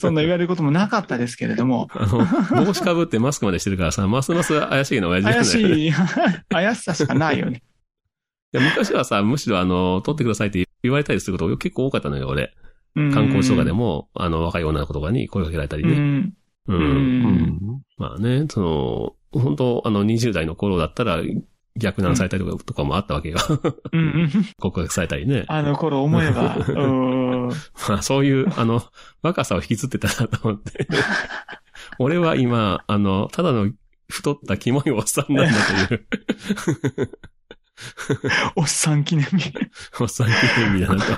S2: そんな言われることもなかったですけれども、
S1: あの、帽子かぶってマスクまでしてるからさ、ますます怪しげな親父
S2: 怪
S1: じゃない。い
S2: しい、怪しさしかないよね。
S1: や昔はさ、むしろあの、撮ってくださいって言われたりすること結構多かったのよ、俺。
S2: うん
S1: 観光地とかで。も、あの、若い女の子とかに声かけられたり
S2: う
S1: ね。
S2: ん。
S1: う
S2: うん。
S3: うんん。
S1: まあね、その、本当あの、20代の頃だったら、逆難されたりとか,、とかもあったわけよ。
S2: うん。
S1: 告白されたりね。
S2: あの頃思え ば、うん
S1: まあ、そういう、あの、若さを引きずってたなと思って。俺は今、あの、ただの太ったキモいおっさんなんだという、
S2: おっさん記念日。
S1: おっさん記念日だなと。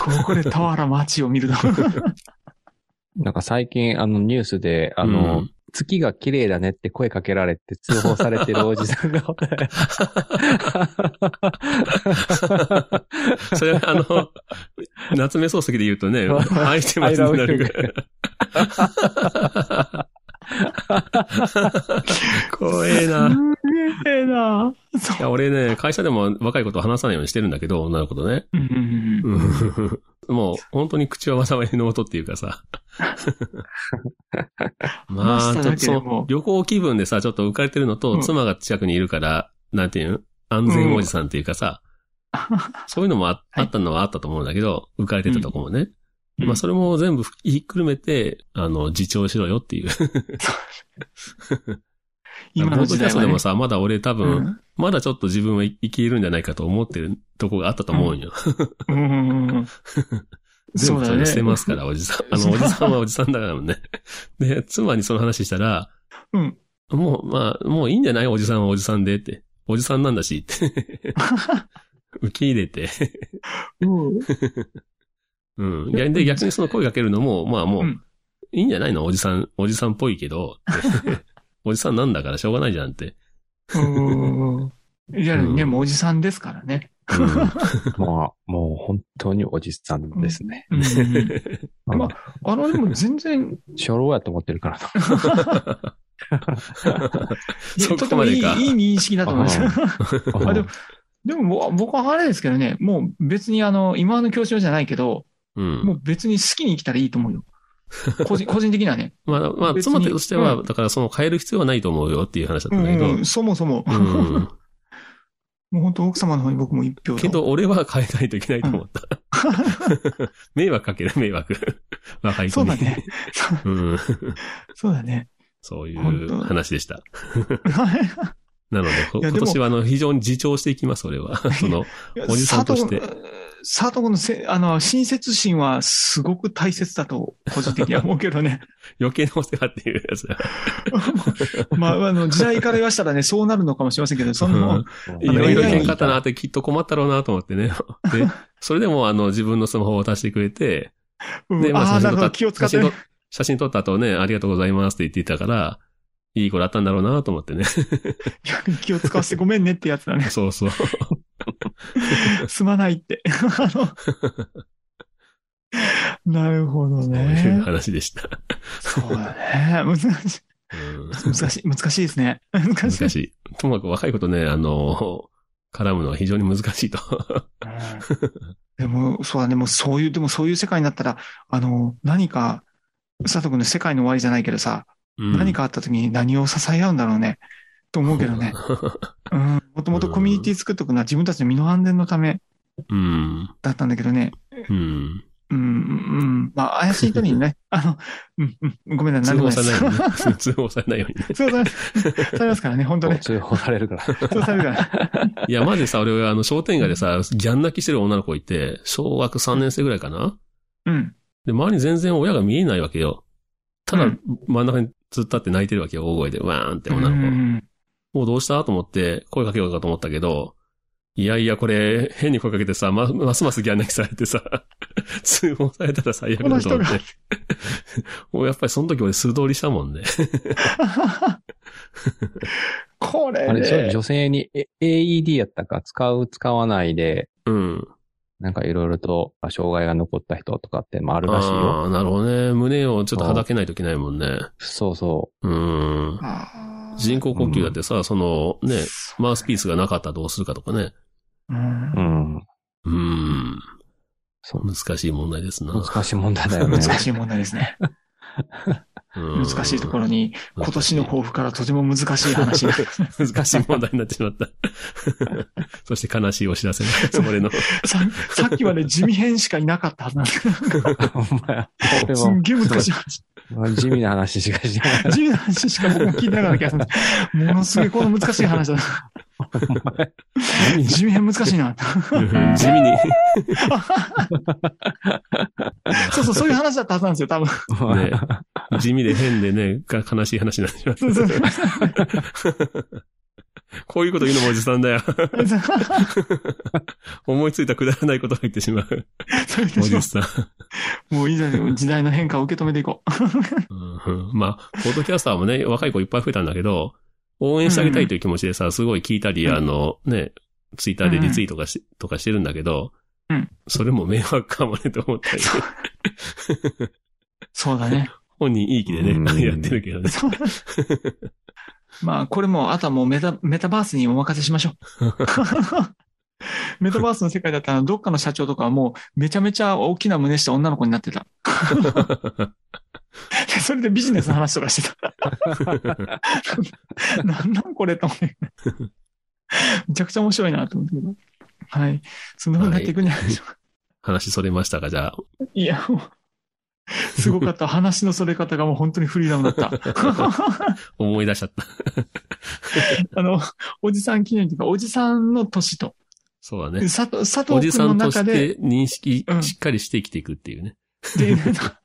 S2: ここで俵町を見ると。
S3: なんか最近、あの、ニュースで、あの、
S1: うん
S3: 月が綺麗だねって声かけられて通報されてるおじさんが。
S1: それはあの、夏目漱石で言うとね、愛してます になるから。怖えな。
S2: すげえな。そ
S1: いや、俺ね、会社でも若い子と話さないようにしてるんだけど、女の子とね。
S2: う。うん
S1: もう、本当に口は災いの音っていうか さ。まあ、
S2: 話
S1: ちょ
S2: した
S1: っと
S2: だけで
S1: そ
S2: も
S1: の、旅行気分でさ、ちょっと浮かれてるのと、
S2: うん
S1: 妻が近くにいるから、なんていうの安全おじさんっていうかさ、そういうのもあ
S2: はい
S1: あったのはあったと思うんだけど、浮かれてたとこもね。
S2: うん
S1: まあ、それも全部ひっくるめて、あの、自重しろよっていう。
S2: 今の
S1: ポッドキ
S2: 時代
S1: ャスト
S2: は
S1: で
S2: ね
S1: も。さ、まだ俺多分、
S2: うん
S1: まだちょっと自分はい生きるんじゃないかと思ってるとこがあったと思うんよ。
S2: うんうんうんうん
S1: 全
S2: そう
S1: 部
S2: だ
S1: それ
S2: よね。
S1: 捨てます から、おじさん。あの、おじさんはおじさんだからもんね。 で、妻にその話したら、
S2: うん
S1: もう、まあ、もういいんじゃないおじさんはおじさんでって。おじさんなんだしって。 受け入れて。
S2: うん
S1: うん。いやで、逆にその声かけるのも、まあもう、
S2: うん
S1: いいんじゃないのおじさん、おじさんっぽいけ ど。っておじさんなんだからしょうがないじゃんって。
S2: うんいや、
S1: う
S2: ね、
S1: ん
S2: もうおじさんですからね。
S1: うん
S3: まあ、もう本当におじさんですね。
S2: うんうんうん
S3: うん
S2: まあの、でも全然、
S3: 初老やと思ってるからな。
S2: いや
S1: そ
S2: と
S1: こ
S2: て
S1: ま
S2: も
S1: で
S2: いい
S1: か。
S2: いい認識だと思います。あでもでも僕僕はあれですけどね、もう別にあの、今の教師じゃないけど、
S1: うん
S2: も。う別に好きに生きたらいいと思 うよ。個人個人的にはね。
S1: まあ、まあ、
S2: 別に
S1: 妻としては、
S2: う
S1: だからその変える必要はないと思うよっていう話だった
S2: うん
S1: だけど。
S2: んうん、そもそも、
S1: うん。
S2: もう本当奥様の方に僕も一票 だ
S1: け、ど、俺は変えないといけないと思 った。迷惑かける、迷惑。若い子
S2: そう
S1: に。
S2: だね。そう
S1: うん。
S2: そうだね。
S1: そうい
S2: 本
S1: う
S2: 当
S1: 話でした。なので、こ
S2: いや
S1: 今
S2: でも
S1: 年はあの、非常に自重していきます、俺は。その、おじさんとして
S2: 佐藤君。佐藤君のせ、あの、親切心はすごく大切だと、個人的には思うけ どね。
S1: 余計なお世話っていうやつだ。
S2: まあ、あの、時代から言わしたらね、そうなるのかもしれませんけど、その、
S1: いろいろ喧嘩あったなってきっと困ったろうなと思ってね。で、それでもあの、自分のスマホを渡してくれて、
S2: うん
S1: で、まあ、
S2: ああ、
S1: 写
S2: な
S1: 真
S2: るほ
S1: 撮
S2: ど、
S1: っ
S2: 気を
S1: た、
S2: 使
S1: 写
S2: って
S1: 真
S2: ね
S1: 撮。写真撮った後ね、ありがとうございますって言っていたから、いい子だったんだろうなと思 ってね。
S2: 逆 に気を使わせてごめんねってやつだね。
S1: そうそう。
S2: すまないって。あのなるほど
S1: そういう
S2: ね。
S1: 話でした。
S2: そうだね。難しい。
S1: うん
S2: 難しい。難しいですね。 難しい。
S1: 難 しい。ともかく若いことね、あの、絡むのは非常に難しいと。
S2: うんでも、そうだね。もうそういう、でもそういう世界になったら、あの、何か、佐藤君の世界の終わりじゃないけどさ、何
S1: か
S2: かあった時に何を支え合うんだろうね。と思うけどね。うん。もともとコミュニティ作っとくのは自分たちの身の安全のため
S1: うん。
S2: だったんだけどね。
S1: うん。
S2: うん、うん。まあ、怪しい時にね、あの、うん、うん、ごめんなさ
S1: 通
S2: い、何
S1: 報
S2: で
S1: さ
S2: も
S1: れ
S2: ないです。
S1: ないよ うにね。通報されないようにね。
S2: そうされ、されますからね、本 当ね。
S3: 通報されるから。
S2: そうされるから。
S1: いや、マジでさ、俺、あの、商店街でさ、ギャン泣きしてる女の子いて、小学3年生ぐらいかな
S2: うん。
S1: で、周りに全然親が見えないわけよ。ただ、
S2: うん
S1: 真ん中に突っ立って泣いてるわけよ、大声で、わーんって女
S2: う
S1: の子。
S2: ん
S1: もうどうしたと思って、声かけようかと思ったけど、いやいや、これ、変に声かけてさ、ま、ますますギャン泣きされてさ、 通報されたら最悪だと思っ
S2: この人
S1: て。 もうやっぱりその時俺素通りしたもんね。
S2: これ、ね、
S3: あれ、それ女性にえ AED やったか、使う、使わないで、
S1: うん。
S3: なんかいろいろとあ障害が残った人とかって、まああるらしいよ。
S1: ああ、なるほどね。胸をちょっとはだけないといけないもんね。
S3: そうそ
S1: うん。
S2: あー
S1: 人工呼吸だってさ、その、ね、マウスピースがなかったらどうするかとかね。
S2: うん
S3: う。うん。
S1: うん。
S3: そう
S1: 難しい問題ですな。
S3: 難しい問題だよね。
S2: 難しい問題ですね。
S1: 難
S2: 難しいところに、今年の抱負からとても難しい 話が。
S1: 難しい問題になってしまった。そして悲しいお知らせが、俺の。
S2: ささっきはね、地味編しかいなかったはずなんですけ
S3: お前、
S2: ど、
S3: 俺
S2: す
S3: も
S2: んげえ難しい話。
S3: 地味な話しかしない。
S2: 地味な話しか僕も聞いてなかった気がするんです。ものすごいこの難しい話だな。地味編難しいな。
S1: 地味に。
S2: そうそう、そういう話だったはずなんですよ、多分。
S3: お前
S1: ね地味で変でね、が悲しい話になってしまっ
S2: そう そうそう
S1: た。こういうこと言うのもおじさんだよ。 思いついたくだらないことを言ってしまう。
S2: そう
S1: お
S2: そうそ
S1: じ
S2: う
S1: さん。
S2: もういいじゃない時代の変化を受け止めていこう。
S1: うんうんまあ、ポッドキャスターもね、若い子いっぱい増えたんだけど、応援してあげたいという気持ちでさ、すごい聞いたり、
S2: うん
S1: あの、ね、ツイッターでリツイートとかし,、とかしてるんだけど、
S2: うん
S1: それも迷惑かもねと思ったり、
S2: そうだね。
S1: 本人いい気で
S3: うん
S1: ね、 やってるけどね。
S2: そうまあ、これも、あとはもうメタメタバースにお任せしましょう。 メタバースの世界だったら、どっかの社長とかはもう、めちゃめちゃ大きな胸した女の子になって た。でそれでビジネスの話とかして た。なんなんこれと思って。めちゃくちゃ面白いなと思ってけど。はい。そんな風になっていくんじゃないでしょうか。
S1: 話それましたか、じゃあ。
S2: い、や、もう、すごかった。話のそれ方がもう本当にフリーダムだった。
S1: 思い出しちゃった。
S2: あの、おじさん記念というか、おじさんの年と、
S1: そうだね。
S2: 佐藤、佐
S1: お
S2: 藤
S1: じさ
S2: 君の
S1: んとし
S2: 中で、
S1: て認識
S2: う、ん
S1: しっかりして生きていくっていうね。
S2: っていうのが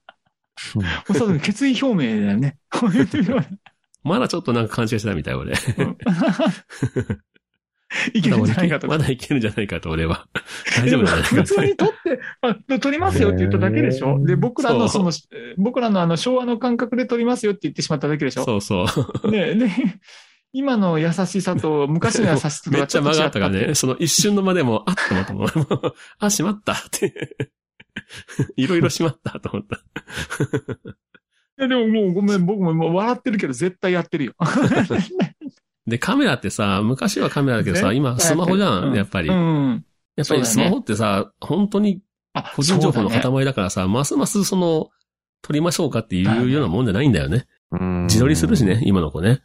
S2: お佐藤君決意表明だよね。こう言ってみればね
S1: まだちょっとなんか勘違いしてたみたい、 俺。
S2: いけるんじゃないか と
S1: ま
S2: か。
S1: だいけるんじゃないかと、俺は。大丈夫じゃない
S2: 普
S1: か
S2: 通
S1: と。
S2: に撮って、あ、撮りますよって言っただけでしょ。で、僕らのその、僕らのあの昭和の感覚で撮りますよって言ってしまっただけでしょ。
S1: そうそう。
S2: ねで、今の優しさと昔の優しさと
S1: めっ
S2: は
S1: ちゃ
S2: ょ
S1: 間
S2: と
S1: があったか
S2: 違
S1: らね、その一瞬の間でも、あっと思ったも ん。あ、しまったって。 いろいろしまったと思った。
S2: いや、でももうごめん、僕ももう笑ってるけど絶対やってるよ。
S1: で、カメラってさ、昔はカメラだけどさ、
S2: ね
S1: 今スマホじゃ
S2: うん
S1: ん、やっぱり。
S2: う
S1: や
S2: ん。
S1: っぱりスマホってさ、本当に
S2: あ
S1: 個人情報の
S2: そうだね
S1: 塊だからさ、ますますその、撮りましょうかっていうようなもんじゃないんだよね。自撮りするしね、今の子ね。